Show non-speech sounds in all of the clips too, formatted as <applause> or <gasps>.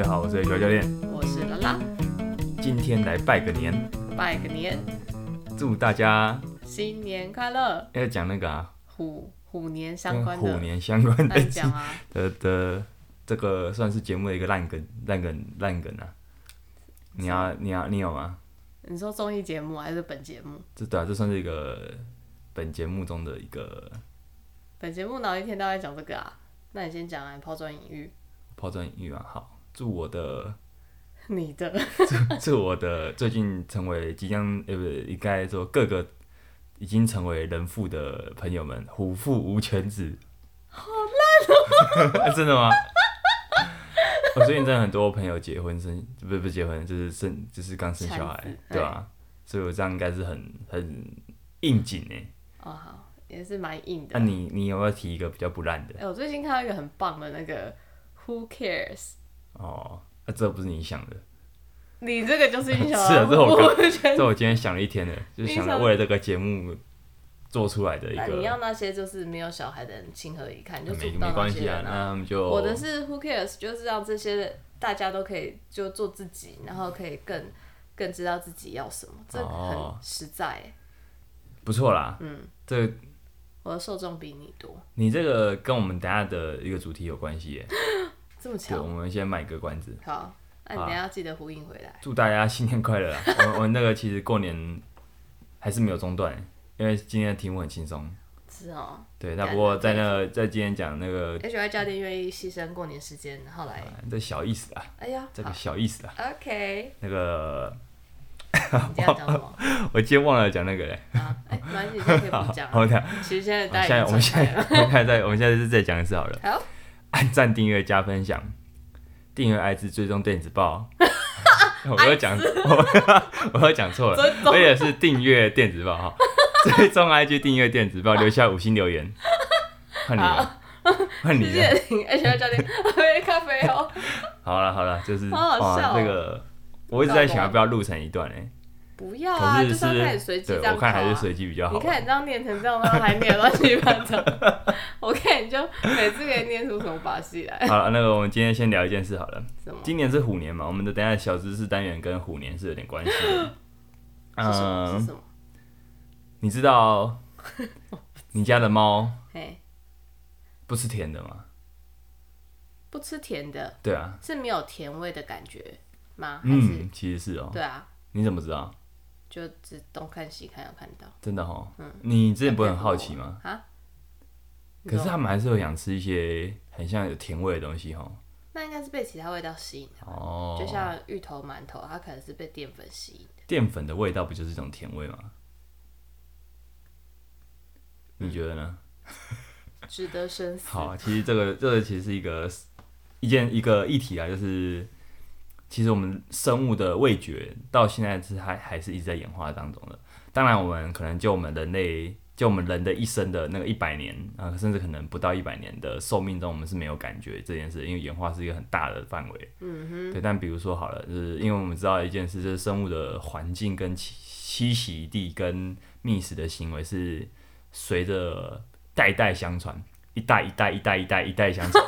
教练，我是拉拉，今天来拜个年，拜个年，祝大家新年快乐，要讲那个啊，虎虎年相跟关嗯虎的，年相关那的你讲啊，的的这个算是节目的一个烂梗，烂梗，烂梗啊！你要你要你有吗？你说综艺节目还是本节目？这对啊，这算是一个本节目中的一个本节目哪一天到晚讲这个啊？那你先讲啊，你抛砖引玉， <laughs> 抛砖引玉啊。好，祝我的你的祝我的最近成为即将呃不是应该说各个已经成为人父的朋友们，虎父无犬子。好烂哦！ <laughs> 真的吗？我最近真的很多朋友结婚生，不是不是结婚，就是生就是刚生小产孩子，对吧、所以我这样应该是很很应景哎。哦，好，也是蛮硬的。那、啊你你有没有提一个比较不烂的？哎、我最近看到一个很棒的那个 Who Cares，哦，那、这不是你想的，你这个就是英雄 <laughs> 是啊这我刚觉这我今天想了一天呢，就是想啊了为了这个节目做出来的一得哎你个要那些就是没有小孩的人亲和一看，你就没做不没到那关些系人啊，那他们就我的是 Who cares，就是让这些大家都可以就做自己，然后可以更更知道自己要什么，这哦很实在欸。不错啦。嗯，这我的受众比你多，你这个跟我们等下的一个主题有关系耶。这么对，我巧。们先卖个关子，好，那你好啊等一下记得呼应回来。祝大家新年快乐啦！我们我们那个其实过年还是没有中断，欸因为今天的题目很轻松。是哦，对，那感不过在那个在今天讲那个也许外教练愿意牺牲过年时间，然后来，这小意思啊，哎呀，这个好小意思啊， ，OK， <laughs> 那个你这样讲什么我今天忘了讲那个嘞。啊？哎，没关系，你现在可以不讲啊。 <laughs> 好的，其实现在好大现在家我们已经现在我们现在再我们现在是再讲一次好了。好，按赞、订阅、加分享，订阅爱滋追踪电子 <laughs> 报。我又讲，我我又 <laughs> 讲错了追，踪我也是订阅电子 <laughs> 报哈，追踪 IG 订阅电子报，留下五星留言，换你了，换谢你啊了，谢你，哎，学外教练，喝杯咖啡哦。好了好了，就是好好笑哦哇，这个我一直在想要不要录成一段哎，不要啊，可就是是要看你随是，机这对样我看还考是啊随机比较好你，看你这样念成这样，然后还念乱七八糟，我看你就每次给你念出什么把戏来。好了，那个我们今天先聊一件事好了，什么？今年是虎年嘛，我们的等一下小知识单元跟虎年是有点关系的， <laughs> 嗯是什么？是什么？你知 <laughs> 道你家的猫嘿，不吃甜的吗？不吃甜的，对啊，是没有甜味的感觉吗？还是、嗯，其实是哦、对啊，你怎么知道？就只东看西看，有看到。真的哦、嗯你之前不会很好奇吗？啊？嗯你可说是他们还是会想吃一些很像有甜味的东西哦。那应该是被其他味道吸引的，哦，就像芋头、馒头，它可能是被淀粉吸引的。淀粉的味道不就是一种甜味吗？你觉得呢？值得深思。好，其实这个这个其实是一个一件一个议题啊，就是其实我们生物的味觉到现在是还还是一直在演化当中的。当然，我们可能就我们人类就我们人的一生的那个一百年啊、呃甚至可能不到一百年的寿命中，我们是没有感觉这件事，因为演化是一个很大的范围。嗯哼。对，但比如说好了，就是因为我们知道一件事，就是生物的环境跟栖栖息地跟觅食的行为是随着代代相传。一代一代一代一代一代相传，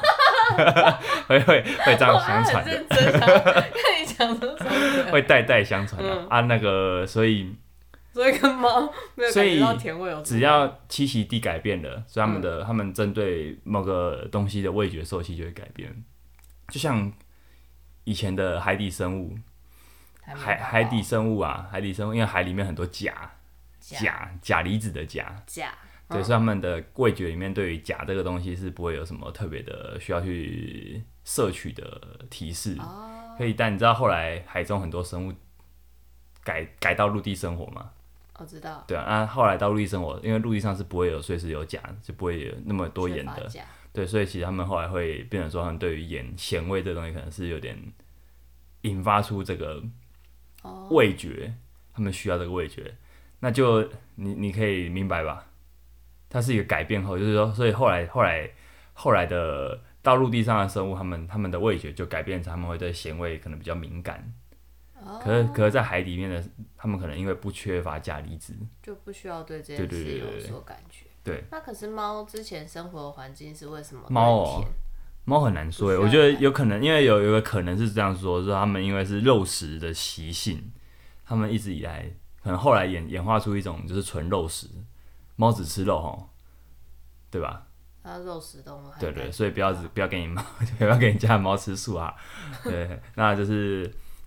<laughs> 会会会这样 <laughs> 我相还传很的，认真啊，看你讲的什么，会代代相传啊,、啊，那个，所以所以跟猫没有感觉到所以甜味有什么只要栖息地改变了，所以他们的、他们针对某个东西的味觉受气就会改变，就像以前的海底生物，还没有海到海底生物啊，海底生物，因为海里面很多钾假钾钾离子的钾，假对，所以他们的味觉里面对于钾这个东西是不会有什么特别的需要去摄取的提示。哦可以，但你知道后来海中很多生物改改到陆地生活嘛？我知道，对啊，那后来到陆地生活，因为陆地上是不会有碎石有钾，就不会有那么多盐缺乏的，钾对，所以其实他们后来会变成说，他们对于盐咸味这东西可能是有点引发出这个哦，味觉，他们需要这个味觉，那就你你可以明白吧？它是一个改变后，就是说，所以后来后来后来的到陆地上的生物，他们他们的味觉就改变成他们会对咸味可能比较敏感。哦可是可是在海里面的，他们可能因为不缺乏钾离子，就不需要对对这件对事对对有对所感觉。对，那可是猫之前生活的环境是为什么？猫哦，猫很难说耶，不是啊我觉得有可能，因为有有个可能是这样说，就是它们因为是肉食的习性，它们一直以来可能后来演演化出一种就是纯肉食，猫只吃肉吼，对吧？然后肉食动物还对蛮对，所以不要只不要给你猫， <laughs> 不要给你家的猫吃素啊。对，那就是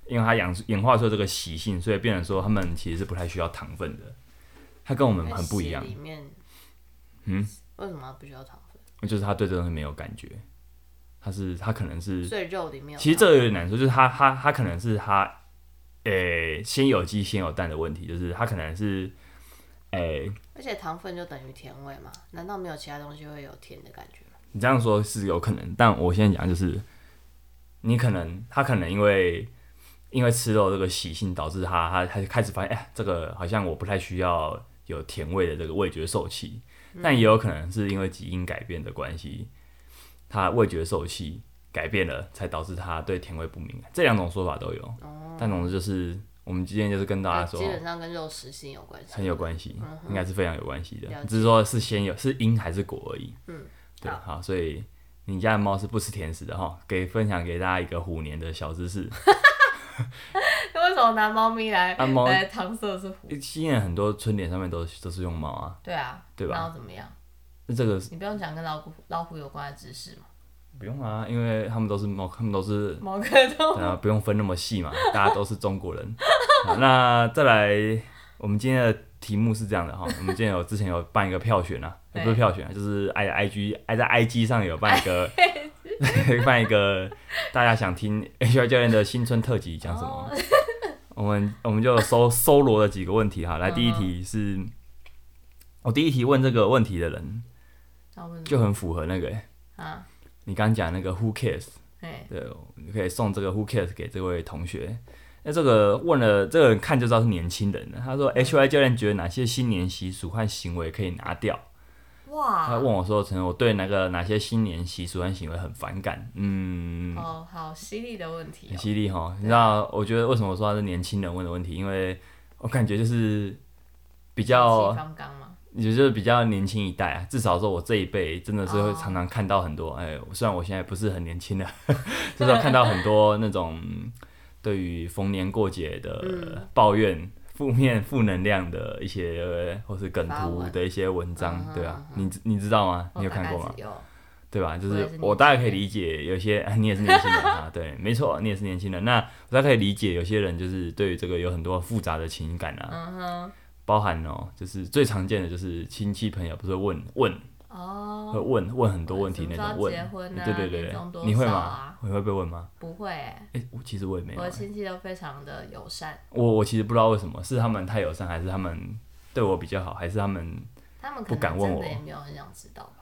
因为它养演化出这个习性，所以变成说它们其实是不太需要糖分的，它跟我们那很不一血样，里面，嗯，为什么不需要糖分？就是它对这东西没有感觉，它是它可能是所以肉里面有其实糖这个有点难说，就是他他他可能是他，诶、先有鸡先有蛋的问题，就是他可能是，诶、而且糖分就等于甜味嘛？难道没有其他东西会有甜的感觉吗？你这样说是有可能，但我现在讲就是，你可能他可能因为因为吃肉这个习性，导致他他他开始发现，哎、这个好像我不太需要有甜味的这个味觉受器，但也有可能是因为基因改变的关系，他味觉受器改变了，才导致他对甜味不敏感。这两种说法都有，但总之就是我们今天就是跟大家那啊说基本上跟肉食性有关系。很有关系，应该是非常有关系的嗯了，解只是说是先有是因还是果而已。嗯，对，好，所以你家的猫是不吃甜食的哈，给分享给大家一个虎年的小知识。那 <laughs> 为什么拿猫咪来啊猫来搪塞是虎？现在很多春联上面都都是用猫啊，对啊，对吧然后怎么样？那这个你不用讲跟老虎老虎有关的知识嘛？不用啊，因为他们都是猫，他们都是某个动物啊，不用分那么细嘛，大家都是中国人。好那再来，我们今天的题目是这样的哈，我们今天有之前有办一个票选啊，对也不是票选、啊，就是 i i g i 在 i g 上有办一个 <laughs> 办一个大家想听 H R 教练的新春特辑讲什么，哦我们我们就搜搜罗了几个问题哈，来第一题是。我第一题问这个问题的人然后问就很符合那个欸、啊，你刚讲那个 Who cares，哎，对，你可以送这个 Who Cares 给这位同学。那这个问了，这个人看就知道是年轻人了。他说，HY 教练觉得哪些新年习俗和行为可以拿掉？他哇问，呃我说，陈，我对那个哪些新年习俗和行为很反感。嗯，哦，好犀利的问题很哦，犀利哈。你知道，我觉得为什么说他是年轻人问的问题？因为我感觉就是比较血气方刚嘛，也就是比较年轻一代啊，至少说我这一辈真的是会哦常常看到很多，哎、虽然我现在不是很年轻了， <laughs> 至少看到很多那种嗯对于逢年过节的嗯抱怨、负、面、负能量的一些，呃或是梗发图文的一些文章，嗯哼对啊嗯，你知你知道吗？你有我哦大看概过吗嗯只？有对吧？就我也是是年我大概轻可以人理解，有些、啊、你也是年轻人啊，对，没错，你也是年轻人。那我大概可以理解有些人就是对于这个有很多复杂的情感啊，嗯哼，包含哦，就是最常见的就是亲戚朋友不是会问问会哦，问问很多问题那什么时种候问，结婚啊对对对年终多你会少吗啊？你会被问吗？不会欸，哎、我其实我也没有我欸、的亲戚都非常的友善，我我其实不知道为什么，是他们太友善，还是他们对我比较好，还是他们他们可不敢能问真我的也没有很想知道吧。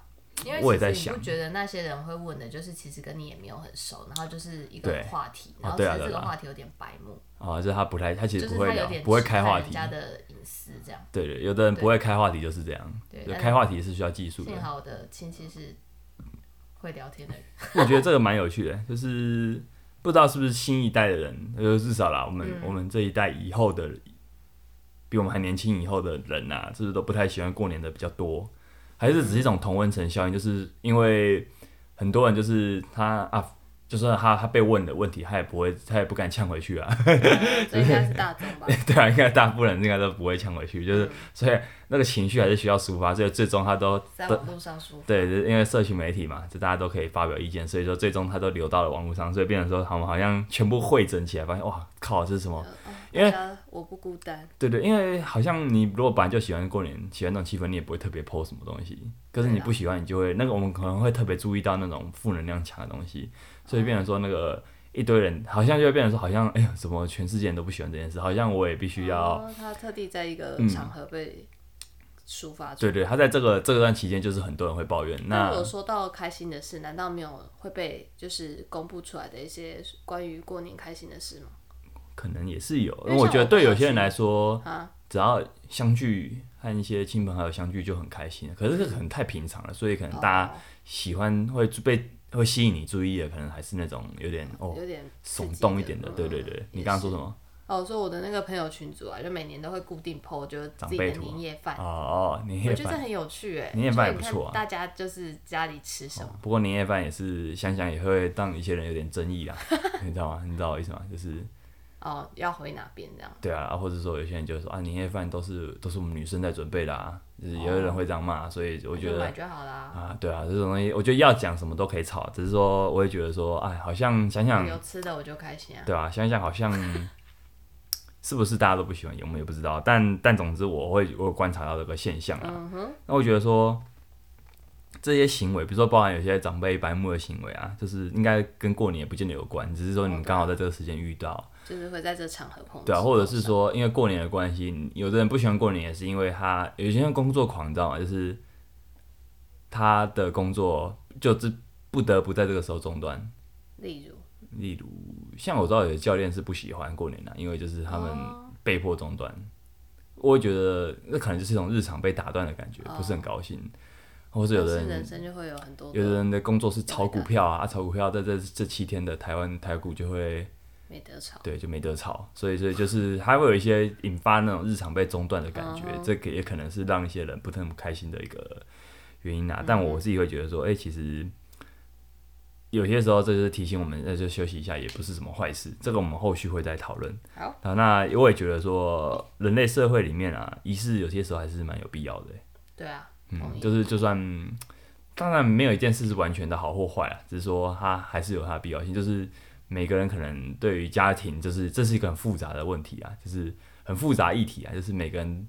因为我也其实在你想不觉得那些人会问的，就是其实跟你也没有很熟，然后就是一对个话题，然哦后其对啊实这对个啊话题有点白目，啊、就是他不太，他其就实是不会他聊有，点不会侵开犯话人题。家的隐私这样。对对，有的人不会开话题就是这样，对就但开话题是需要技术的幸。好我的亲戚是会聊天的 <laughs> 人，我觉得这个蛮有趣的，就是不知道是不是新一代的人，呃，至少啦，我们、嗯我们这一代以后的，比我们还年轻以后的人呐、啊，就是都不太喜欢过年的比较多，还是只是一种同温层效应，就是因为很多人就是他啊，就算他他被问的问题，他也不会，他也不敢呛回去啊， <laughs> 所以应该是大众吧。对啊，应该大部分人应该都不会呛回去，就是、所以那个情绪还是需要抒发，所以最终他都在网络上舒服。对，就是因为社群媒体嘛，就大家都可以发表意见，所以说最终它都流到了网络上，所以变成说他们好像全部汇整起来，发现哇靠，这是什么？嗯因为为我不孤单，对对，因为好像你如果本来就喜欢过年，喜欢那种气氛，你也不会特别 po 什么东西。可是你对啊不喜欢，你就会那个我们可能会特别注意到那种负能量强的东西，所以变成说那个一堆人好像就会变成说好像哎呀，怎么全世界人都不喜欢这件事？好像我也必须要。哦他特地在一个场合被抒发出来。嗯对对，他在这个这段期间，就是很多人会抱怨。那那如果说到开心的事，难道没有会被就是公布出来的一些关于过年开心的事吗？可能也是有，因因为为我像觉得我对朋友有些人去来说，啊只要相聚和一些亲朋好友相聚就很开心了。可是这可能太平常了，所以可能大家哦喜欢会被会吸引你注意的，可能还是那种有点哦有点刺激耸动一点的。对对对，嗯你刚刚说也什是么？哦，我说我的那个朋友群组啊，就每年都会固定 PO 就是自长己辈的图啊年夜饭，哦哦，年我夜觉得这饭、很有趣哎、年夜饭也不就是错啊你看大家就是家里吃什么，哦不过年夜饭也是想想也会让一些人有点争 <laughs> 议啦，啊你知道吗？你知道我意思吗？就是哦，要回哪边这样。对啊，啊或者说有些人就说啊，年夜饭都是都是我们女生在准备的啊，就是也有人会这样骂，所以我觉就得买就好啦，啊，对啊，这种东西我觉得要讲什么都可以吵，只是说我也觉得说，哎，好像想想有吃的我就开心啊。对啊，想一想好像 <laughs> 是不是大家都不喜欢，我们也不知道。但但总之，我会我有观察到这个现象啊。嗯哼，那我觉得说这些行为，比如说包含有些长辈白目的行为啊，就是应该跟过年也不见得有关，只是说你刚好在这个时间遇到，就是会在这场合碰。对啊，或者是，说因为过年的关系，你有的人不喜欢过年，也是因为他有些人工作狂，你知道吗？就是他的工作就是不得不在这个时候中断。例如，例如，像我知道有的教练是不喜欢过年的、啊因为就是他们被迫中断，我会觉得那可能就是一种日常被打断的感觉，不是很高兴。或哦是有的但是人，人生就会有很多有的的人的工作是炒股票啊，啊炒股票在这这七天的台湾台股就会没得吵。对就没得炒，所以所以就是还会有一些引发那种日常被中断的感觉，这个也可能是让一些人不那么开心的一个原因啊。但我自己会觉得说，哎、其实有些时候这就是提醒我们，那就休息一下，也不是什么坏事。这个我们后续会再讨论。好啊，那我也觉得说，人类社会里面啊，仪式有些时候还是蛮有必要的、欸对啊，同嗯，意就是就算当然没有一件事是完全的好或坏啊，只是说它还是有它的必要性。就是每个人可能对于家庭，就是这是一个很复杂的问题啊，就是很复杂议题啊，就是每个人。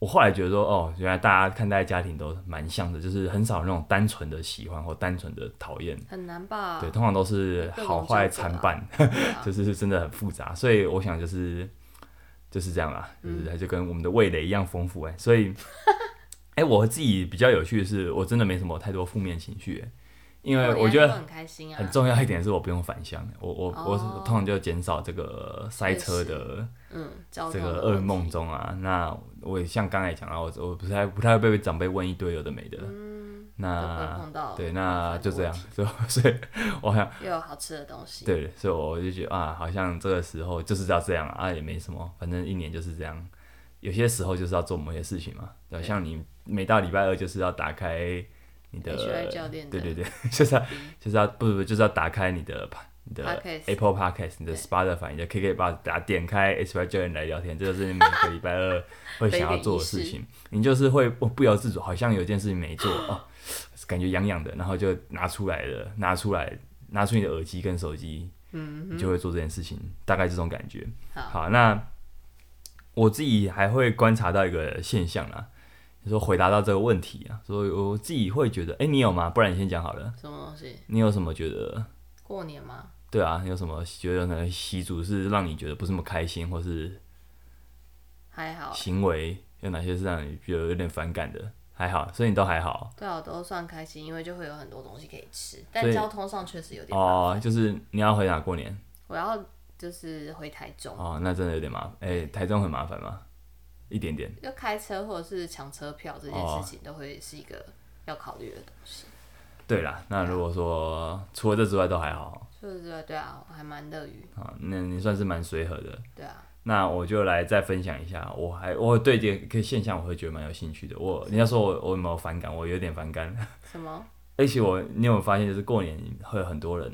我后来觉得说，哦，原来大家看待家庭都蛮像的，就是很少那种单纯的喜欢或单纯的讨厌，很难吧？啊对，通常都是好坏参半，对 <laughs> 啊就是真的很复杂。所以我想就是就是这样啦，就是嗯它就跟我们的味蕾一样丰富哎、所 <laughs> 以哎、我自己比较有趣的是，我真的没什么太多负面情绪、哎因为过年我觉哦还是得很开心啊，很重要一点是我不用返乡、欸我我、哦我通常就减少这个塞车的嗯，交这通个的问噩题梦中啊。那我也像刚才讲到，我我不太不太会被长辈问一堆有的没的，嗯都不会那。碰到，啊对，那就这样，所以所以我想。又有好吃的东西，对，所以我就觉得啊，好像这个时候就是要这样啊，啊也没什么，反正一年就是这样。有些时候就是要做某些事情嘛，对吧，对像你每到礼拜二就是要打开你的 HI 教练的嗯对对 <laughs> 对，就是要就是要不不就是要打开你的你的 Podcast Apple Podcast、你的 Spotify、你的 KK 把打点开 HY 教练来聊天，这就是你每个礼拜二会想要做的事情。你就是会不不由自主，好像有件事情没 <gasps> 做哦，感觉痒痒的，然后就拿出来了，拿出来，拿出你的耳机跟手机，嗯，你就会做这件事情，大概这种感觉。好那我自己还会观察到一个现象啦，就说回答到这个问题啊，所以我自己会觉得，哎、你有吗？不然你先讲好了，什么东西？你有什么觉得？过年吗？对啊，你有什么觉得呢？习俗是让你觉得不是那么开心，或是还好，行为有哪些是让你觉得有点反感的？还好，所以你都还好。对啊，我都算开心，因为就会有很多东西可以吃，所但以交通上确实有点麻烦。哦，就是你要回哪过年？我要就是回台中，哦，那真的有点麻烦。哎、台中很麻烦吗？一点点。就开车或者是抢车票这件哦事情，都会是一个要考虑的东西。对啦，那如果说除了这之外都还好所以对对啊，我还蛮乐于啊，那你算是蛮随和的。对啊，那我就来再分享一下，我还我对这个现象我会觉得蛮有兴趣的。我你要说我我有没有反感？我有点反感。什么而且我，你有没有发现，就是过年会有很多人，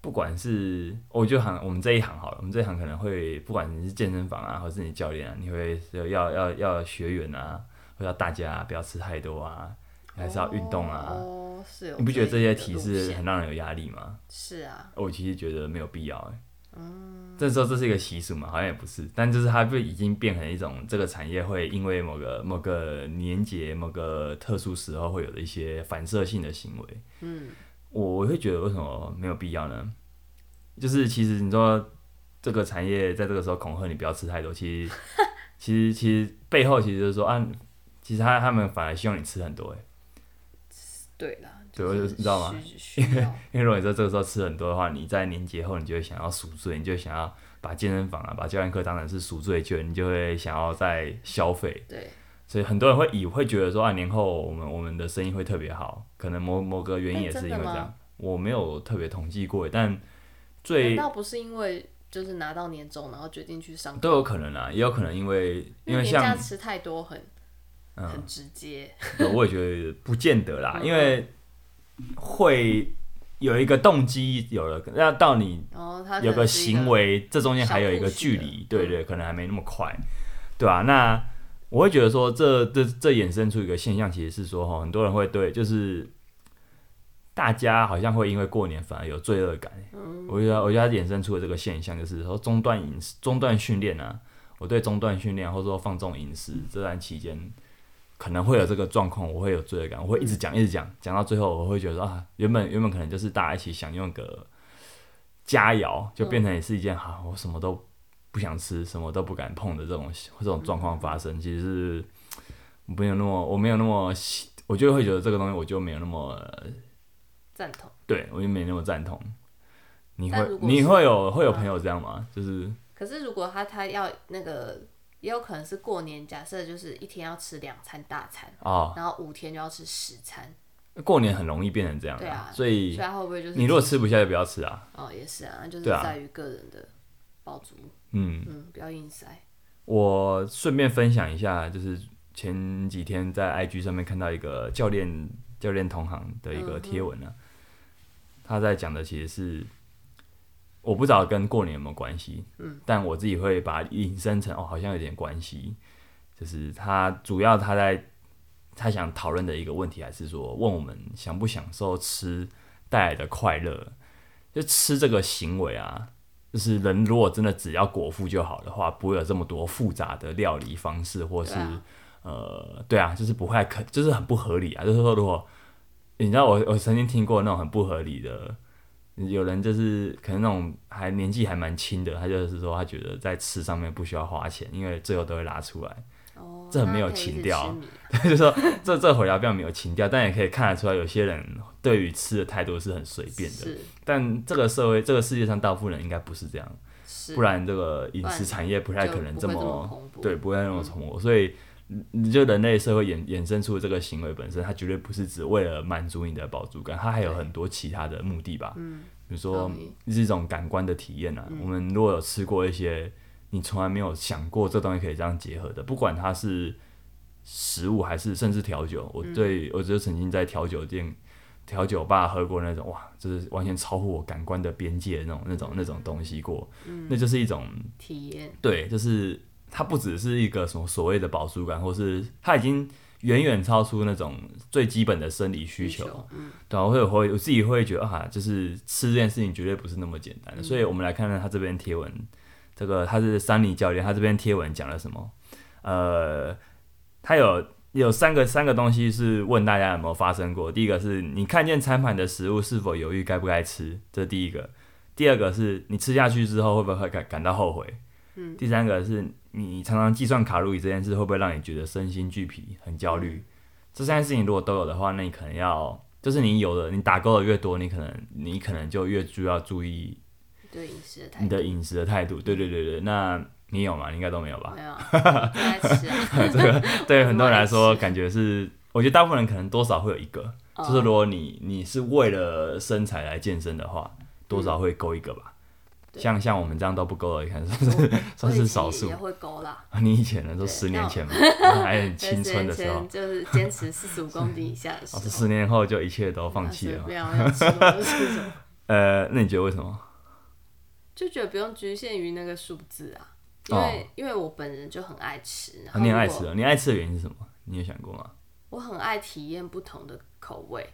不管是我就行，我们这一行好了，我们这一行可能会，不管你是健身房啊，或是你教练啊，你会要要要要学员啊，或者要大家、不要吃太多啊，还是要运动啊。哦，是有你不觉得这些一个提路示线很让人有压力吗？是啊，我其实觉得没有必要、欸。这时候这是一个习俗嘛，好像也不是，但就是它被已经变成一种这个产业会因为某个某个年节、某个特殊时候会有的一些反射性的行为。嗯，我我会觉得为什么没有必要呢？就是其实你说这个产业在这个时候恐吓你不要吃太多，其实 <laughs> 其实其实背后其实就是说啊，其实他他们反而希望你吃很多、欸，对啦，对是我就知道嘛需需 <laughs> 要因为如果你在这个时候吃很多的话，你在年节后你就会想要赎罪，你就会想要把健身房啊、把教练课当成是赎罪券，你就会想要再消费。对所以很多人会以会觉得说啊，年后我们我们的生意会特别好，可能某某个原因哎也是真因的为这吗样。我没有特别统计过，但难最道不是因为就是拿到年终，然后决定去上都有可能啊，也有可能因为因为年假像嗯吃太多很很直接，对我也觉得不见得啦，嗯因为会有一个动机有了，那到你然后他可有能个是一行为，这中间还有一个距小步离曲，对对，可能还没那么快，对啊，那我会觉得说这，这这衍生出一个现象，其实是说哈，很多人会对，就是大家好像会因为过年反而有罪恶感。嗯我觉得，我觉得它衍生出的这个现象，就是说中断饮食、中断训练啊，我对中断训练或者说放纵饮食这段期间。可能会有这个状况，我会有罪恶感，我会一直讲，一直讲，讲到最后，我会觉得啊，原本原本可能就是大家一起享用个佳肴，就嗯变成也是一件好、我什么都不想吃，什么都不敢碰的这种这种状况发生，其实是没有那么，我没有那么喜，我就会觉得这个东西我就没有那么，呃赞同。对我就没那么赞同。你但会如果你是嗯会有会有朋友这样吗？就是可是如果他他要那个，也有可能是过年，假设就是一天要吃两餐大餐，啊、然后五天就要吃十餐，过年很容易变成这样对的、啊所所以以他会不会就是嗯你如果吃不下就不要吃啊。哦也是啊，就是对啊在于个人的爆足，嗯，嗯，不要硬塞，我顺便分享一下，就是前几天在 IG 上面看到一个教练教练同行的一个贴文呢、啊他在讲的其实是我不知道跟过年有没有关系，嗯，但我自己会把它引申成哦，好像有点关系，就是他主要他在他想讨论的一个问题，还是说问我们享不享受吃带来的快乐，就吃这个行为啊，就是人如果真的只要果腹就好的话，不会有这么多复杂的料理方式，或是、对啊呃，对啊，就是不会可，就是很不合理啊。就是说，如果呃你知道我我曾经听过那种很不合理的，有人就是可能那种还年纪还蛮轻的，他就是说他觉得在吃上面不需要花钱，因为最后都会拉出来。哦，这很没有那可以一直情调吃米啊就是说这这回答啊非常没有情调，但也可以看得出来，有些人对于吃的态度是很随便的。是但这个社会，这个世界上大部分人应该不是这样。是，不然这个饮食产业不太就可能不这会么这么蓬勃对，不会那么蓬勃。所以，嗯你就人类社会衍衍生出的这个行为本身，它绝对不是只为了满足你的饱足感，它还有很多其他的目的吧。嗯，比如说同意是一种感官的体验啊。我们如果有吃过一些你从来没有想过这东西可以这样结合的，不管它是食物还是甚至调酒，我对、我就曾经在调酒店。调酒吧喝过那种哇，就是完全超乎我感官的边界的那种、那种、那种东西过，那就是一种体验对，就是它不只是一个什么所谓的饱足感，或是它已经远远超出那种最基本的生理需求。，嗯，对啊，我会我会我自己会觉得啊，就是吃这件事情绝对不是那么简单的。所以我们来看看他这边贴文，这个他是桑尼教练，他这边贴文讲了什么？呃，他有有三个三个东西是问大家有没有发生过。第一个是你看见餐盘的食物是否犹豫该不该吃，这是第一个。第二个是你吃下去之后会不会感感到后悔？嗯。第三个是你常常计算卡路里这件事会不会让你觉得身心俱疲、很焦嗯虑？这三件事情如果都有的话，那你可能要，就是你有的，你打勾的越多，你可能你可能就越需要注意对饮食的态你度的饮食的态嗯度。对对对对，那你有吗？你应该都没有 <laughs> 吧？没 <laughs> 有啊，我不爱吃啊，对很多人来说，感觉是，我觉得大部分人可能多少会有一个，哦就是如果你你是为了身材来健身的话，多少会勾一个吧。嗯对像像我们这样都不勾的，你看算是 <laughs> 算我是以前少数也。会勾啦。 <laughs> 你以前呢，都对十那年我 <laughs> 前嘛，哦还很青春的时候前，就是坚持四十五公斤以下的 <laughs> 时哦，候，十年后就一切都放弃了啊嘛随。便啊要吃我就 <laughs> 吃什么，呃，那你觉得为什么？就觉得不用局限于那个数字啊，因哦为、因为我本人就很爱吃，然啊、后你很爱如果吃、哦，你爱吃的原因是什么？你有想过吗？我很爱体验不同的口味，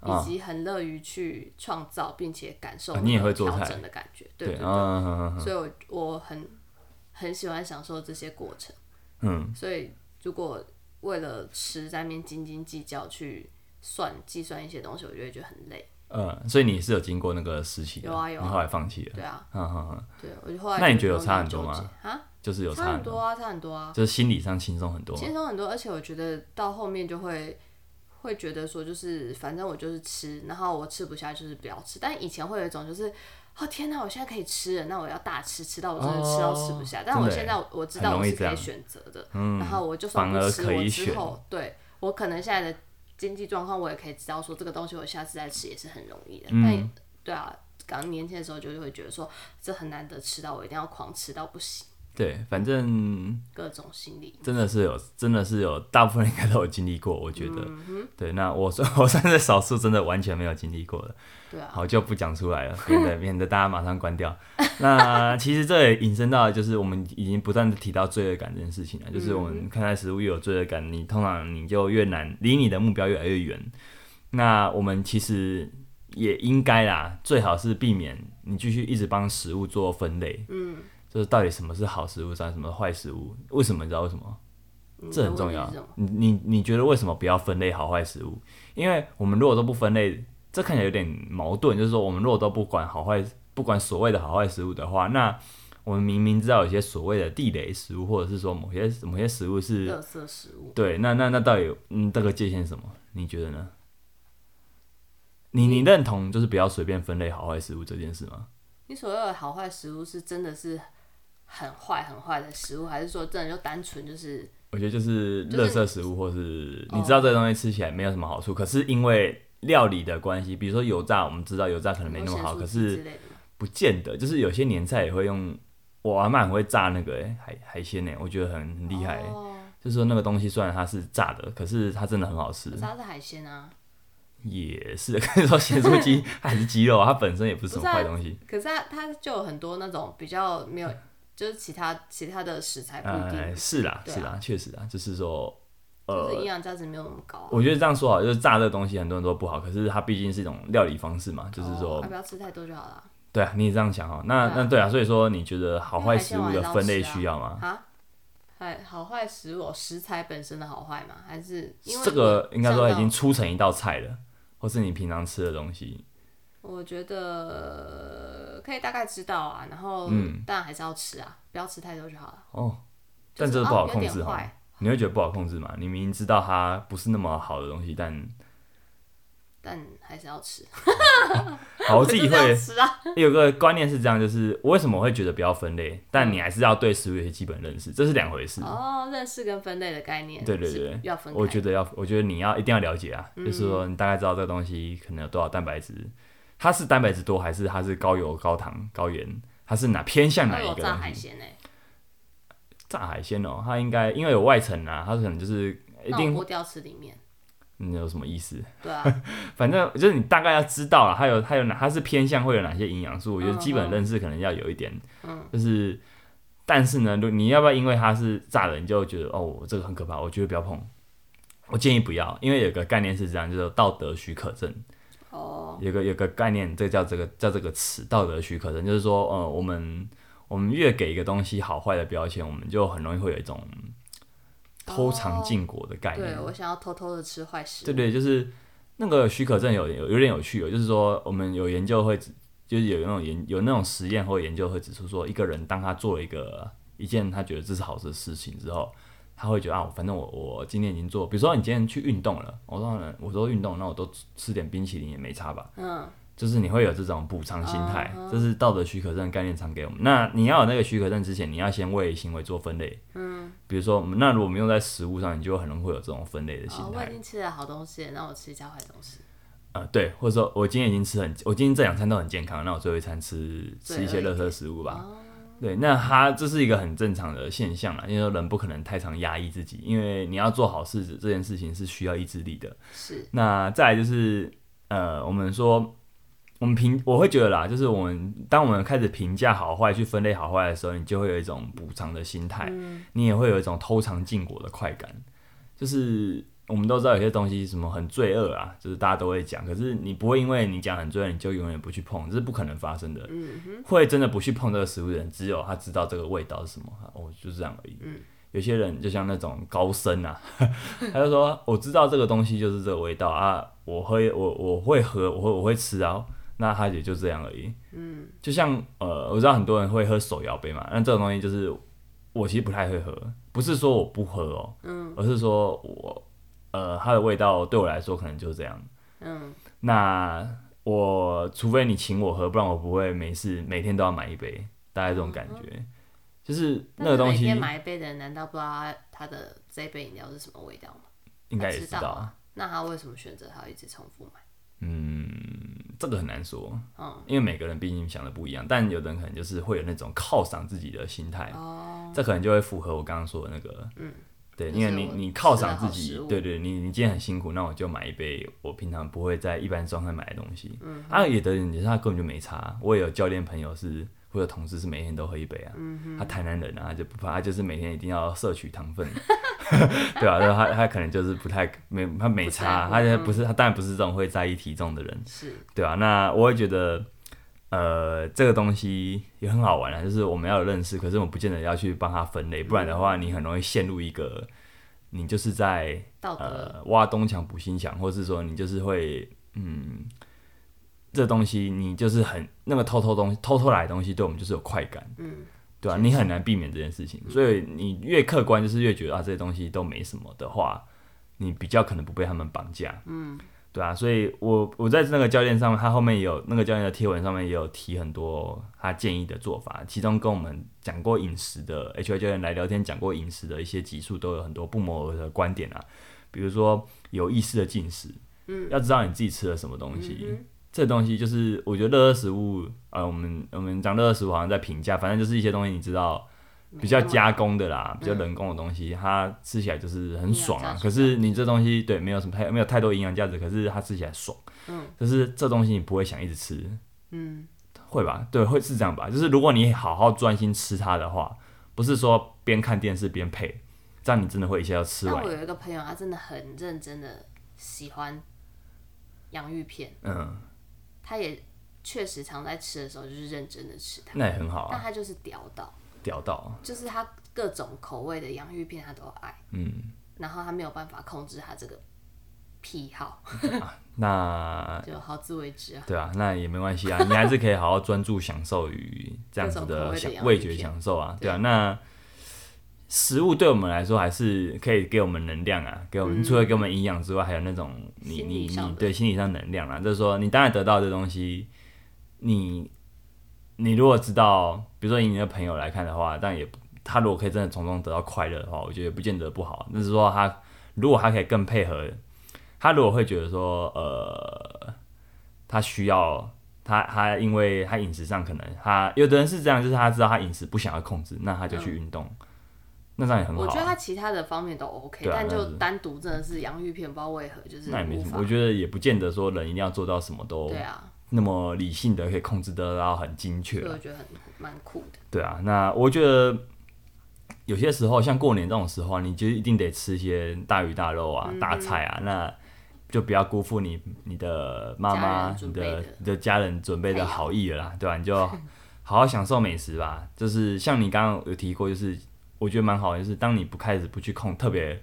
啊以及很乐于去创造并且感受啊你也会那个做调菜整的感觉，对对对，啊，所以我我很很喜欢享受这些过程，嗯，所以如果为了吃在面斤斤计较去算计算一些东西，我就会觉得很累，呃，所以你是有经过那个时期的，有啊有啊你后来放弃了，对啊，哈哈哈，对我就后来那你就觉得有慢差慢很多纠吗结？啊，就是有差差很多啊，差很多啊。就是心理上轻松很多。轻松很多，而且我觉得到后面就会会觉得说，就是反正我就是吃，然后我吃不下就是不要吃。但以前会有一种就是，哦天哪，我现在可以吃了，那我要大吃，吃到我真的吃到吃不下。哦但我真的耶现在我我知很道容我易是这可样嗯以选择的，然后我就算反不而吃，可以我之选后对我可能现在嗯的经济状况，我也可以知道说这个东西我下次再吃也是很容易的。但也对啊，刚年轻的时候，就是会觉得说这很难得吃到，我一定要狂吃到不行，对，反正各种心理。真的是有，真的是有，大部分人应该都有经历过，我觉得。嗯对，那我算 <laughs> 我算是少数真的完全没有经历过的，对啊，好就不讲出来了，免得 <laughs> 免得大家马上关掉。 <laughs> 那其实这也引申到，就是我们已经不断的提到罪恶感这件事情了，嗯就是我们看待食物越有罪恶感，你通常你就越难离你的目标越来越远。那我们其实也应该啦，最好是避免你继续一直帮食物做分类，嗯，就是到底什么是好食物，啥什么是坏食物，为什么你知道为什么吗？嗯这很重要问题是什么。你你你觉得为什么不要分类好坏食物？因为我们如果都不分类，这看起来有点矛盾。就是说，我们如果都不管好坏，不管所谓的好坏食物的话，那我们明明知道有些所谓的地雷食物，或者是说某些某些食物是垃圾食物，对，那那那到底嗯这个界限是什么？你觉得呢？你你认同就是不要随便分类好坏食物这件事吗？你所谓的好坏食物是真的是很坏很坏的食物，还是说真的就单纯就是我觉得就是就垃是哦圾食物，或是你知道这个东西吃起来没有什么好处，可是因为料理的关系，比如说油炸，我们知道油炸可能没那么好，很多可咸酥鸡是之类的吗？不见得，就是有些年菜也会用。我阿嬷很会炸那个、欸、海海鲜呢、我觉得很很厉害欸、哦，就是说那个东西虽然它是炸的，可是它真的很好吃可是，它是海鲜啊，也是 <laughs> 跟你说咸酥 <laughs> 鸡它还是鸡肉啊，它本身也不是什么坏东西。可是它它就有很多那种比较没有，就是其他其他的食材不一定，呃，是啦，对啊是啦，确实啊，就是说，呃，就是营养价值没有那么高啊、我觉得这样说好，就是炸这个东西很多人都不好，可是它毕竟是一种料理方式嘛，就是哦说要，不要吃太多就好了对啊，你也这样想哈。那对啊那对啊，所以说你觉得好坏食物的分类那海鲜我还是要吃啊需要吗？啊？还好坏食物哦，食材本身的好坏吗？还是因为这个应该说已经像到出成一道菜了，或是你平常吃的东西。我觉得可以大概知道啊，然后嗯当然还是要吃啊，不要吃太多就好了。哦，就但是这个哦不好有控点制哈坏你会觉得不好控制吗？你明明知道它不是那么好的东西，但 <laughs> 但还是要吃。好， <laughs> 我自 <laughs> 己就这会样吃啊，有个观念是这样，就是我为什么会觉得不要分类，但你还是要对食物有些基本认识，这是两回事。哦，认识跟分类的概念，对对对，要分开。我觉得要，我觉得你要一定要了解啊，就是说你大概知道这个东西可能有多少蛋白质，它是蛋白质多还是它是高油、高糖、高盐，它是哪偏向哪那一有个嗯炸海东西？鲜呢？欸炸海鲜哦，它应该因为有外层啊，它可能就是一那定哦我剥掉吃里面。你有什么意思？对啊， <laughs> 反正就是你大概要知道了，它有它有哪，它是偏向会有哪些营养素，我觉得嗯基本嗯认识可能要有一点，就是。但是呢，如你要不要因为它是炸的，你就觉得哦，这个很可怕，我觉得不要碰。我建议不要，因为有个概念是这样，就是道德许可证。 <laughs> 哦，有个有个概念，这叫这个叫这个词道德许可证，就是说，呃，我们我们越给一个东西好坏的标签，我们就很容易会有一种偷尝禁果的概念。对我想要偷偷的吃坏食物。对对，就是那个许可证有有有点有趣哦，就是说我们有研究会指，就是有那种研有那种实验或研究会指出说，一个人当他做了一个一件他觉得这是好的事情之后，他会觉得啊，反正我我今天已经做，比如说你今天去运动了，我说嗯我说运动，那我都吃点冰淇淋也没差吧，嗯，就是你会有这种补偿心态嗯这是道德许可证概念常给我们。那你要有那个许可证之前，你要先为行为做分类。嗯，比如说，那如果我们用在食物上，你就很容易会有这种分类的心哦，我态已。经吃了好东西了，那我吃一下坏东西。呃，对，或者说我今天已经吃很，我今天这两餐都很健康，那我最后一餐吃吃一些垃圾食物吧。对，那它这是一个很正常的现象啦，因为说人不可能太常压抑自己，因为你要做好事这件事情是需要意志力的。是，那再来就是呃，我们说我们评，我会觉得啦，就是我们当我们开始评价好坏、去分类好坏的时候，你就会有一种补偿的心态，你也会有一种偷尝禁果的快感。就是我们都知道有些东西什么很罪恶啊，就是大家都会讲，可是你不会因为你讲很罪恶，你就永远不去碰，这是不可能发生的。会真的不去碰这个食物的人，只有他知道这个味道是什么，哦，就是这样而已。有些人就像那种高僧啊，他就说我知道这个东西就是这个味道啊，我会我我会喝，我会我会吃啊，那他也就这样而已。嗯，就像呃，我知道很多人会喝手摇杯嘛，那这种东西就是我其实不太会喝，不是说我不喝哦，嗯，而是说我呃它的味道对我来说可能就是这样。嗯，那我除非你请我喝，不然我不会没事每天都要买一杯，大概这种感觉。就是那个嗯但是东每西天买一杯的人，难道不知道他他的这一杯饮料是什么味道吗？应该也他知知道道啊，啊。那他为什么选择他要一直重复买？嗯，这个很难说，嗯，因为每个人毕竟想的不一样，但有的人可能就是会有那种犒赏自己的心态，哦，这可能就会符合我刚刚说的那个，嗯，对，就是因为你我你吃犒了赏自好己食物，对对，你你今天很辛苦，那我就买一杯我平常不会在一般商场买的东西，嗯，啊，也得你他根本就没差，我也有教练朋友是。或者同事是每天都喝一杯啊，嗯他台南人啊，他就不怕，他就是每天一定要摄取糖分， <laughs> 对啊，然后他他可能就是不太没他没不在差，乎嗯他就不是他当然不是这种会在意体重的人，是对啊，那我会觉得，呃，这个东西也很好玩啊，就是我们要有认识，可是我们不见得要去帮它分类，不然的话，你很容易陷入一个，你就是在道德，呃挖东墙补西墙，或是说你就是会嗯，这东西你就是很那个偷偷东偷偷来的东西，对我们就是有快感，嗯，对啊，你很难避免这件事情，所以你越客观，就是越觉得啊这些东西都没什么的话，你比较可能不被他们绑架，嗯，对啊，所以我我在那个教练上面，他后面也有那个教练的贴文上面也有提很多他建议的做法，其中跟我们讲过饮食的 H Y 教练来聊天讲过饮食的一些集数都有很多不谋而合的观点啊，比如说有意识的进食，嗯，要知道你自己吃了什么东西，嗯这东西就是我觉得乐乐食物，呃，我们我们讲乐乐食物好像在评价，反正就是一些东西你知道比较没那么加工的啦，比较人工的东西，它吃起来就是很爽营啊养价。值可是你这东西对没有什么太没有太多营养价值，可是它吃起来爽，嗯，就是这东西你不会想一直吃，嗯，会吧？对，会是这样吧？就是如果你好好专心吃它的话，不是说边看电视边配，这样你真的会一下要吃但完我。有一个朋友，他真的很认真的喜欢洋芋片，嗯，他也确实常在吃的时候就是认真的吃它，那也很好但啊，他就是屌到，屌到，就是他各种口味的洋芋片他都爱，嗯，然后他没有办法控制他这个癖好， <laughs> 那就好自为之啊。对啊，那也没关系啊， <laughs> 你还是可以好好专注享受于这样子的各种口味的享洋芋味觉片享受啊，对啊，对那食物对我们来说还是可以给我们能量啊，给我们、除了给我们营养之外，还有那种你嗯心你理上你的对心理上能量啊，就是说你当然得到这东西，你你如果知道，比如说以你的朋友来看的话，但也他如果可以真的从中得到快乐的话，我觉得不见得不好，啊就是说他如果他可以更配合，他如果会觉得说呃。他需要他他因为他饮食上可能他有的人是这样，就是他知道他饮食不想要控制，那他就去运动，那这样也很好嗯我觉得啊、他其他的方面都 OK，、对啊但那就是单独真的是洋芋片，不知道为何就是那也没无什么，法。我觉得也不见得说人一定要做到什么都对啊，那么理性的可以控制得到很精确所以啊、我觉得很蛮酷的。对啊。那我觉得有些时候像过年这种时候啊，你就一定得吃一些大鱼大肉嗯啊、大菜啊，那就不要辜负你你的妈家妈人、你准备的的哎你的家人准备的好意了啦，对吧、你 <laughs> 就好好享受美食吧。就是像你刚刚有提过，就是我觉得蛮好的，就是当你不开始不去控，特别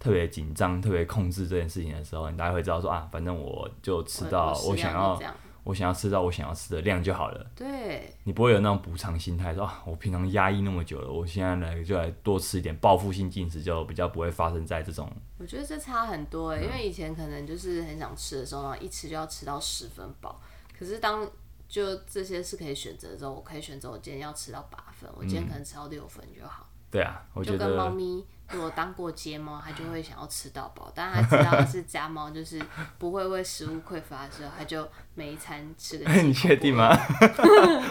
特别紧张、特别控制这件事情的时候，你大概会知道说啊，反正我就吃我到我我食想量就要这样，我想要吃到我想要吃的量就好了。对，你不会有那种补偿心态，说啊，我平常压抑那么久了，我现在来就来多吃一点，报复性进食就比较不会发生在这种我觉得这差很多、嗯欸，因为以前可能就是很想吃的时候，然后一吃就要吃到十分饱，可是当就这些是可以选择之后，我可以选择我今天要吃到八分，我今天可能吃到六分就好。对啊，嗯我觉就跟猫 <laughs> 得。咪如果当过街猫，它就会想要吃到饱，但它知道它是家猫，就是不会为食物匮乏的时候，它就每一餐吃个 <laughs> 你确定吗？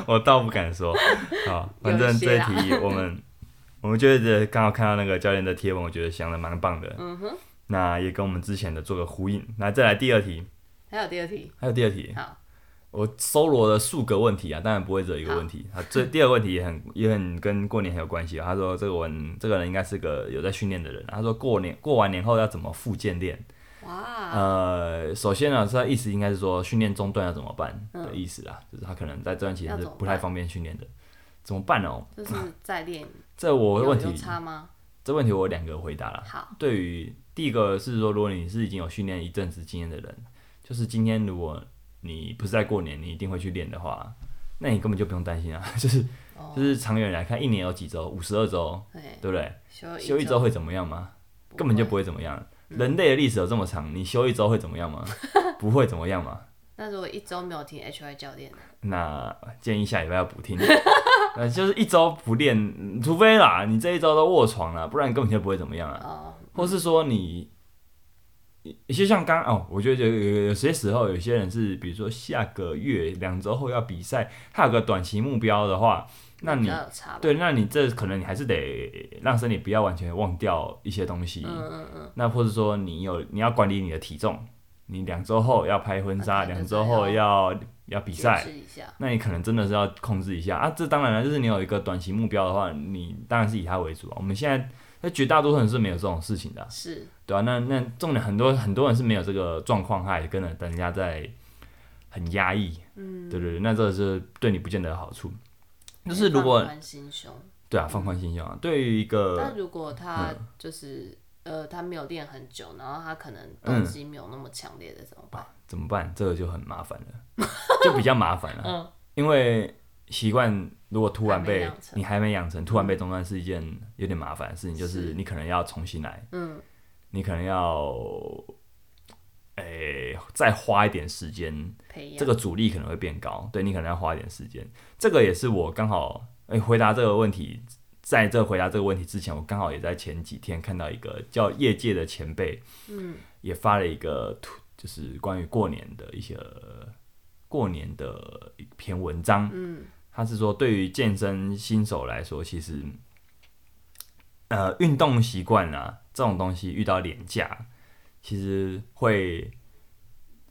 我倒不敢说。 <laughs> 好，反正这一有题我们 <laughs> 我们觉得刚好看到那个教练的贴文，我觉得想的蛮棒的。嗯哼，那也跟我们之前的做个呼应。那再来第二题，还有第 <laughs> 二题，还有第二题，好，我搜罗了数个问题啊，当然不会只有一个问题。啊，这第二个问题也很也很跟过年很有关系、啊。他说这个文这个人应该是个有在训练的人。啊他说过年过完年后要怎么复健练？哇，呃，首先呢，他意思应该是说训练中断要怎么办的意思啦，就是他可能在这段期间嗯要是怎么不太办方便训练的，怎么办哦？这是在练，这我有问有题，差吗？这问题我有两个回答啦。好，对于第一个是说，如果你是已经有训练一阵子经验的人，就是今天如果你不是在过年，你一定会去练的话，那你根本就不用担心啊。 <laughs> 就是哦就是长远来看，一年有几周？五十二周，对，对不对？休休一周，会怎么样吗？根本就不会嗯怎么样。人类的历史有这么长，你休一周会怎么样吗？ <laughs> 不会怎么样嘛。那如果一周没有听 H Y 教练呢，那建议下礼拜要补听。 <laughs> 呃，就是一周不练，嗯除非啦，你这一周都卧床了，不然根本就不会怎么样啊。哦，或是说你，就像刚哦，我觉得有有有些时候，有些人是比如说下个月两周后要比赛，他有个短期目标的话，那比你较有差吧。对，那你这可能你还是得让身体不要完全忘掉一些东西。嗯嗯嗯，那或者说你有你要管理你的体重，你两周后要拍婚纱，啊对两周后要要比赛节，制一下，那你可能真的是要控制一下啊。这当然了，就是你有一个短期目标的话，你当然是以它为主啊。我们现在在绝大多数人是没有这种事情的啊、是对啊，那那重点很多很多人是没有这个状况，他也跟着等人家在很压抑，嗯，对对对，那这是对你不见得有好处。就是如放果宽心胸。对啊，放宽心胸啊，对于一个但如果他嗯就是呃，他没有练很久，然后他可能嗯动机没有那么强烈的怎么办？怎么办，这个就很麻烦了，就比较麻烦了，嗯因为习惯如果突然还没被养成嗯你还没养成，突然被中断是一件有点麻烦的事情，就是你可能要重新来，嗯，你可能要，诶、再花一点时间。培养这个阻力可能会变高，对你可能要花一点时间。这个也是我刚好诶、回答这个问题，在这回答这个问题之前，我刚好也在前几天看到一个叫业界的前辈，嗯，也发了一个图，就是关于过年的一些过年的一篇文章，嗯，他是说对于健身新手来说，其实呃运动习惯啊这种东西遇到廉价，其实会。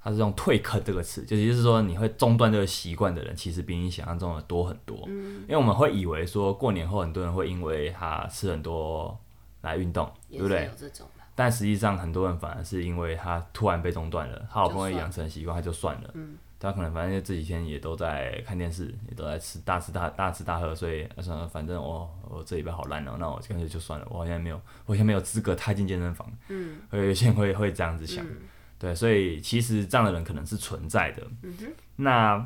他是用“退坑”这个词，就是就是说你会中断这个习惯的人，其实比你想象中的多很多。嗯因为我们会以为说过年后很多人会因为他吃很多来运动，对也不是对有？这种吧，但实际上很多人反而是因为他突然被中断了，他好不容易就算了嗯养成习惯，他就算了。他可能反正这几天也都在看电视，也都在吃大吃大大吃大喝，所以他说反正我我这礼拜好烂哦，那我干脆就算了，我好像没有我好像没有资格踏进健身房。嗯，有有些人会会这样子想，对，所以其实这样的人可能是存在的。嗯哼，那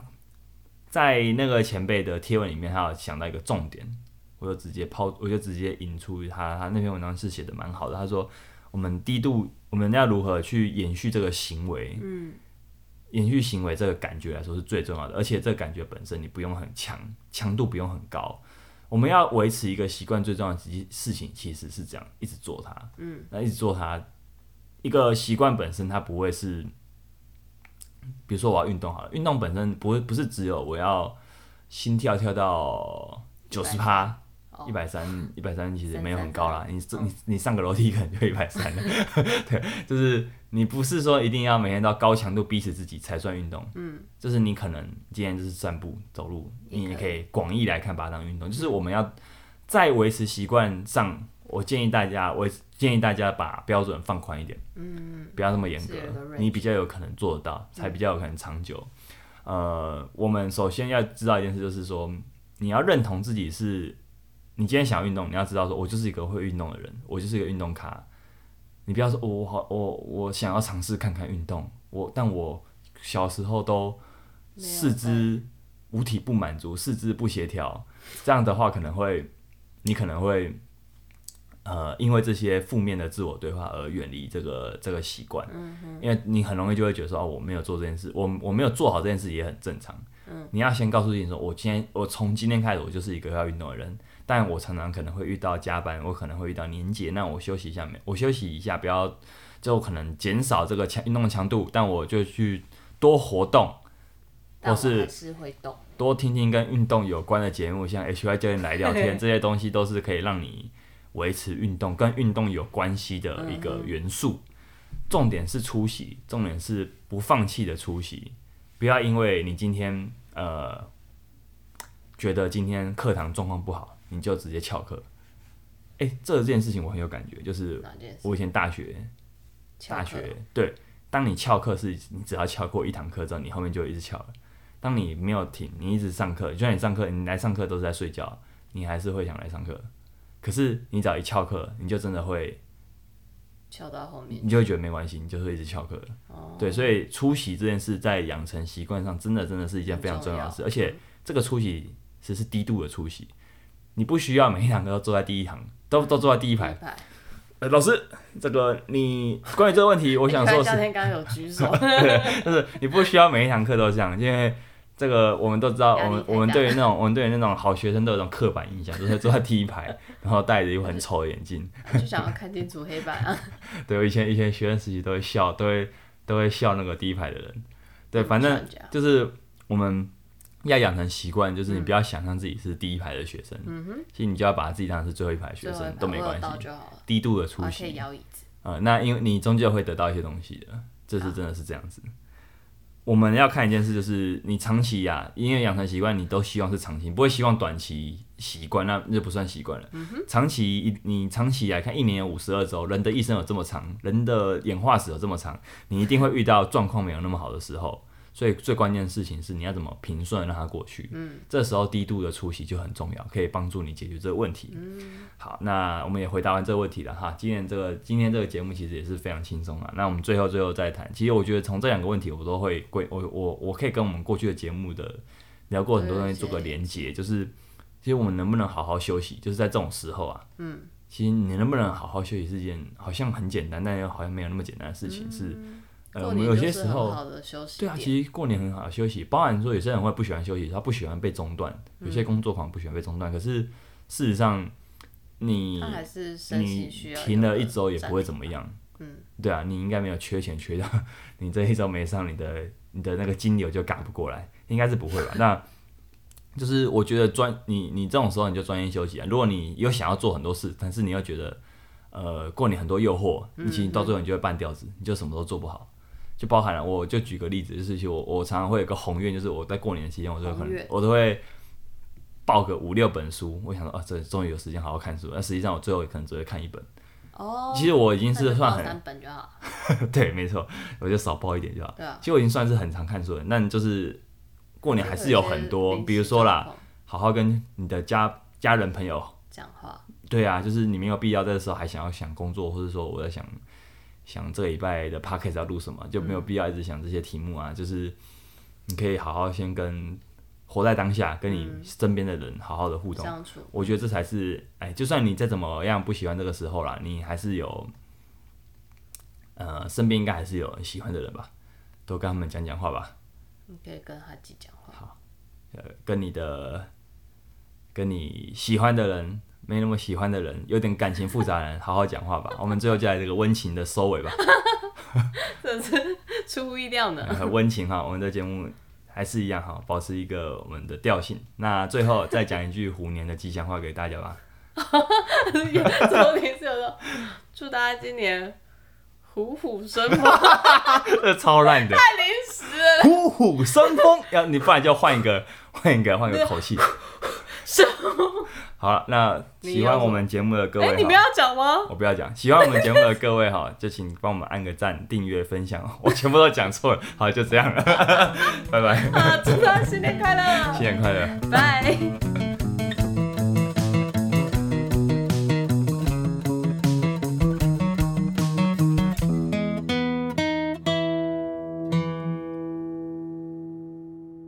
在那个前辈的贴文里面，他有想到一个重点，我就直接抛，我就直接引出他他那篇文章是写的蛮好的。他说，我们低度，我们要如何去延续这个行为，嗯，延续行为这个感觉来说是最重要的，而且这个感觉本身你不用很强，强度不用很高。我们要维持一个习惯，最重要的其事情其实是这样，一直做它，嗯，那一直做它，一个习惯本身它不会是比如说我要运动好了，运动本身不会不是只有我要心跳跳到九十趴。一百三，一百哦三哦其实没有很高啦。你这你你上个楼梯可能就一百三了， <laughs> 对，就是你不是说一定要每天到高强度逼死自己才算运动，嗯，就是你可能今天就是散步、走路，也你也可可以广义来看把它当运动。就是我们要在维持习惯上，我建议大家，我建议大家把标准放宽一点，嗯，不要那么严格是有个，range 你比较有可能做得到，才比较有可能长久。呃，我们首先要知道一件事，就是说你要认同自己是，你今天想要运动，你要知道说，我就是一个会运动的人，我就是一个运动咖。你不要说，哦我好，我我想要尝试看看运动，我但我小时候都没有四肢五体不满足，四肢不协调，这样的话可能会，你可能会，呃，因为这些负面的自我对话而远离这个这个习惯，嗯因为你很容易就会觉得说，哦，我没有做这件事，我我没有做好这件事也很正常。嗯你要先告诉自己说，我今天我从今天开始我就是一个要运动的人，但我常常可能会遇到加班，我可能会遇到年节，那我休息一下没，我休息一下，不要就可能减少这个强运动的强度，但我就去多活动，但我是还是会动，多听听跟运动有关的节目，像 HY 教练来聊天这些东西，都是可以让你维持运动跟运动有关系的一个元素。重点是出席，重点是不放弃的出席，不要因为你今天呃觉得今天课堂状况不好，你就直接翘课。诶，这件事情我很有感觉，就是哪件事？我以前大学翘大课学对，当你翘课是你只要翘过一堂课之后，你后面就一直翘了。当你没有停，你一直上课，就算你上课，你来上课都是在睡觉，你还是会想来上课。可是你只要一翘课，你就真的会，翘到后面，哦你就会觉得没关系，你就会一直翘课了。嗯对，所以出席这件事在养成习惯上，真的真的是一件非常重要的事，很重要嗯而且这个出席只是低度的出席，你不需要每一堂课都坐在第一行，都都坐在第一排。排。呃，老师，这个你关于这个问题，我我想说是 <laughs> 教。练刚刚有举手，就是你不需要每一堂课都这样，因为这个我们都知道，压我力们太我们大对于那种我 <laughs> 们对于那种好学生都有一种刻板印象，就是坐在第一排，然后戴着一副很丑的眼镜。就想要看清楚黑板啊。对，我以前以前学生时期都会笑，都会都会笑那个第一排的人。对，反正这样就是我们要养成习惯，就是你嗯不要想象自己是第一排的学生，其实你就要把自己当成是最后一排的学最后一生排都没我有关到系，就好了，哦低度的我出还可以席，摇椅子。呃，那因为你终究会得到一些东西的，这是真的是这样子。我们要看一件事，就是你长期呀、因为养成习惯，你都希望是长期，不会希望短期习惯，那那就不算习惯了。长期一你长期来看，一年有五十二周，人的一生有这么长，人的演化史有这么长，你一定会遇到状况没有那么好的时候。所以最关键的事情是你要怎么平顺地让它过去。嗯，这时候低度的出席就很重要，可以帮助你解决这个问题。嗯，好，那我们也回答完这个问题了哈。今天这个今天这个节目其实也是非常轻松啊。那我们最后最后再谈，其实我觉得从这两个问题我都会归我我我可以跟我们过去的节目的聊过很多东西做个连接，就是其实我们能不能好好休息，就是在这种时候啊，嗯。其实你能不能好好休息是件好像很简单，但又好像没有那么简单的事情。是，呃，我嗯过们年有些就是时很候好的休息对啊，点，其实过年很好休息，包含说有些人会不喜欢休息，他不喜欢被中断，有些工作狂不喜欢被中断。可是事实上，你他还是身你心需要停了个一周也暂不会停怎么吧。样，嗯，对啊，你应该没有缺钱缺到 <laughs> 你这一周没上，你的你的那个金流就赶不过来，应该是不会吧？那就是我觉得专你你这种时候你就专心休息啊。如果你又想要做很多事，但是你又觉得呃过年很多诱惑，你其实到最后你就会半吊子，你就什么都做不好。就包含了，我就举个例子，就是其实我我常常会有个宏愿，就是我在过年期间，我都会可宏能愿我都会抱个五六本书，我想说啊，这终于有时间好好看书，但实际上我最后可能只会看一本。哦，其实我已经那是就算报很三本就好了，对，没错，我就少报一点就好。对啊。其实我已经算是很常看书的人，但就是过年还是有很多，比如说啦，，好好跟你的家家人朋友，讲话，对啊，就是你没有必要在这时候还想要想工作，或者说我在想想这个礼拜的 p o c k e t 要录什么，就没有必要一直想这些题目啊。就是你可以好好先跟活在当下，跟你身边的人好好的互动，相处，我觉得这才是，哎，就算你再怎么样不喜欢这个时候啦，你还是有，呃，身边应该还是有喜欢的人吧，多跟他们讲讲话吧，你可以跟哈吉讲话，呃，跟你的，跟你喜欢的人，没那么喜欢的人，有点感情复杂的人，好好讲话吧。 <laughs> 我们最后就来这个温情的收尾吧， <laughs> 这是 <laughs> 出乎意料呢。很温情哈。我们的节目还是一样哈，保持一个我们的调性。那最后再讲一句虎年的吉祥话给大家吧。 <laughs> 昨天是有说，祝大家今年虎虎 <laughs> 生风，太这超烂的。 <laughs> 临时了，虎虎生风。要你不然就换一个，换一个，换一个口气。 <laughs> 什好了，那喜欢我们节目的各位哎，你哈们要讲吗？ <laughs> 我不要讲。喜欢我们节目的各位哈，就请帮我们按个赞、订阅、分享。我全部都讲错了， <laughs> 好，就这样了，拜拜，啊，祝大家新年快乐，新年快乐。拜。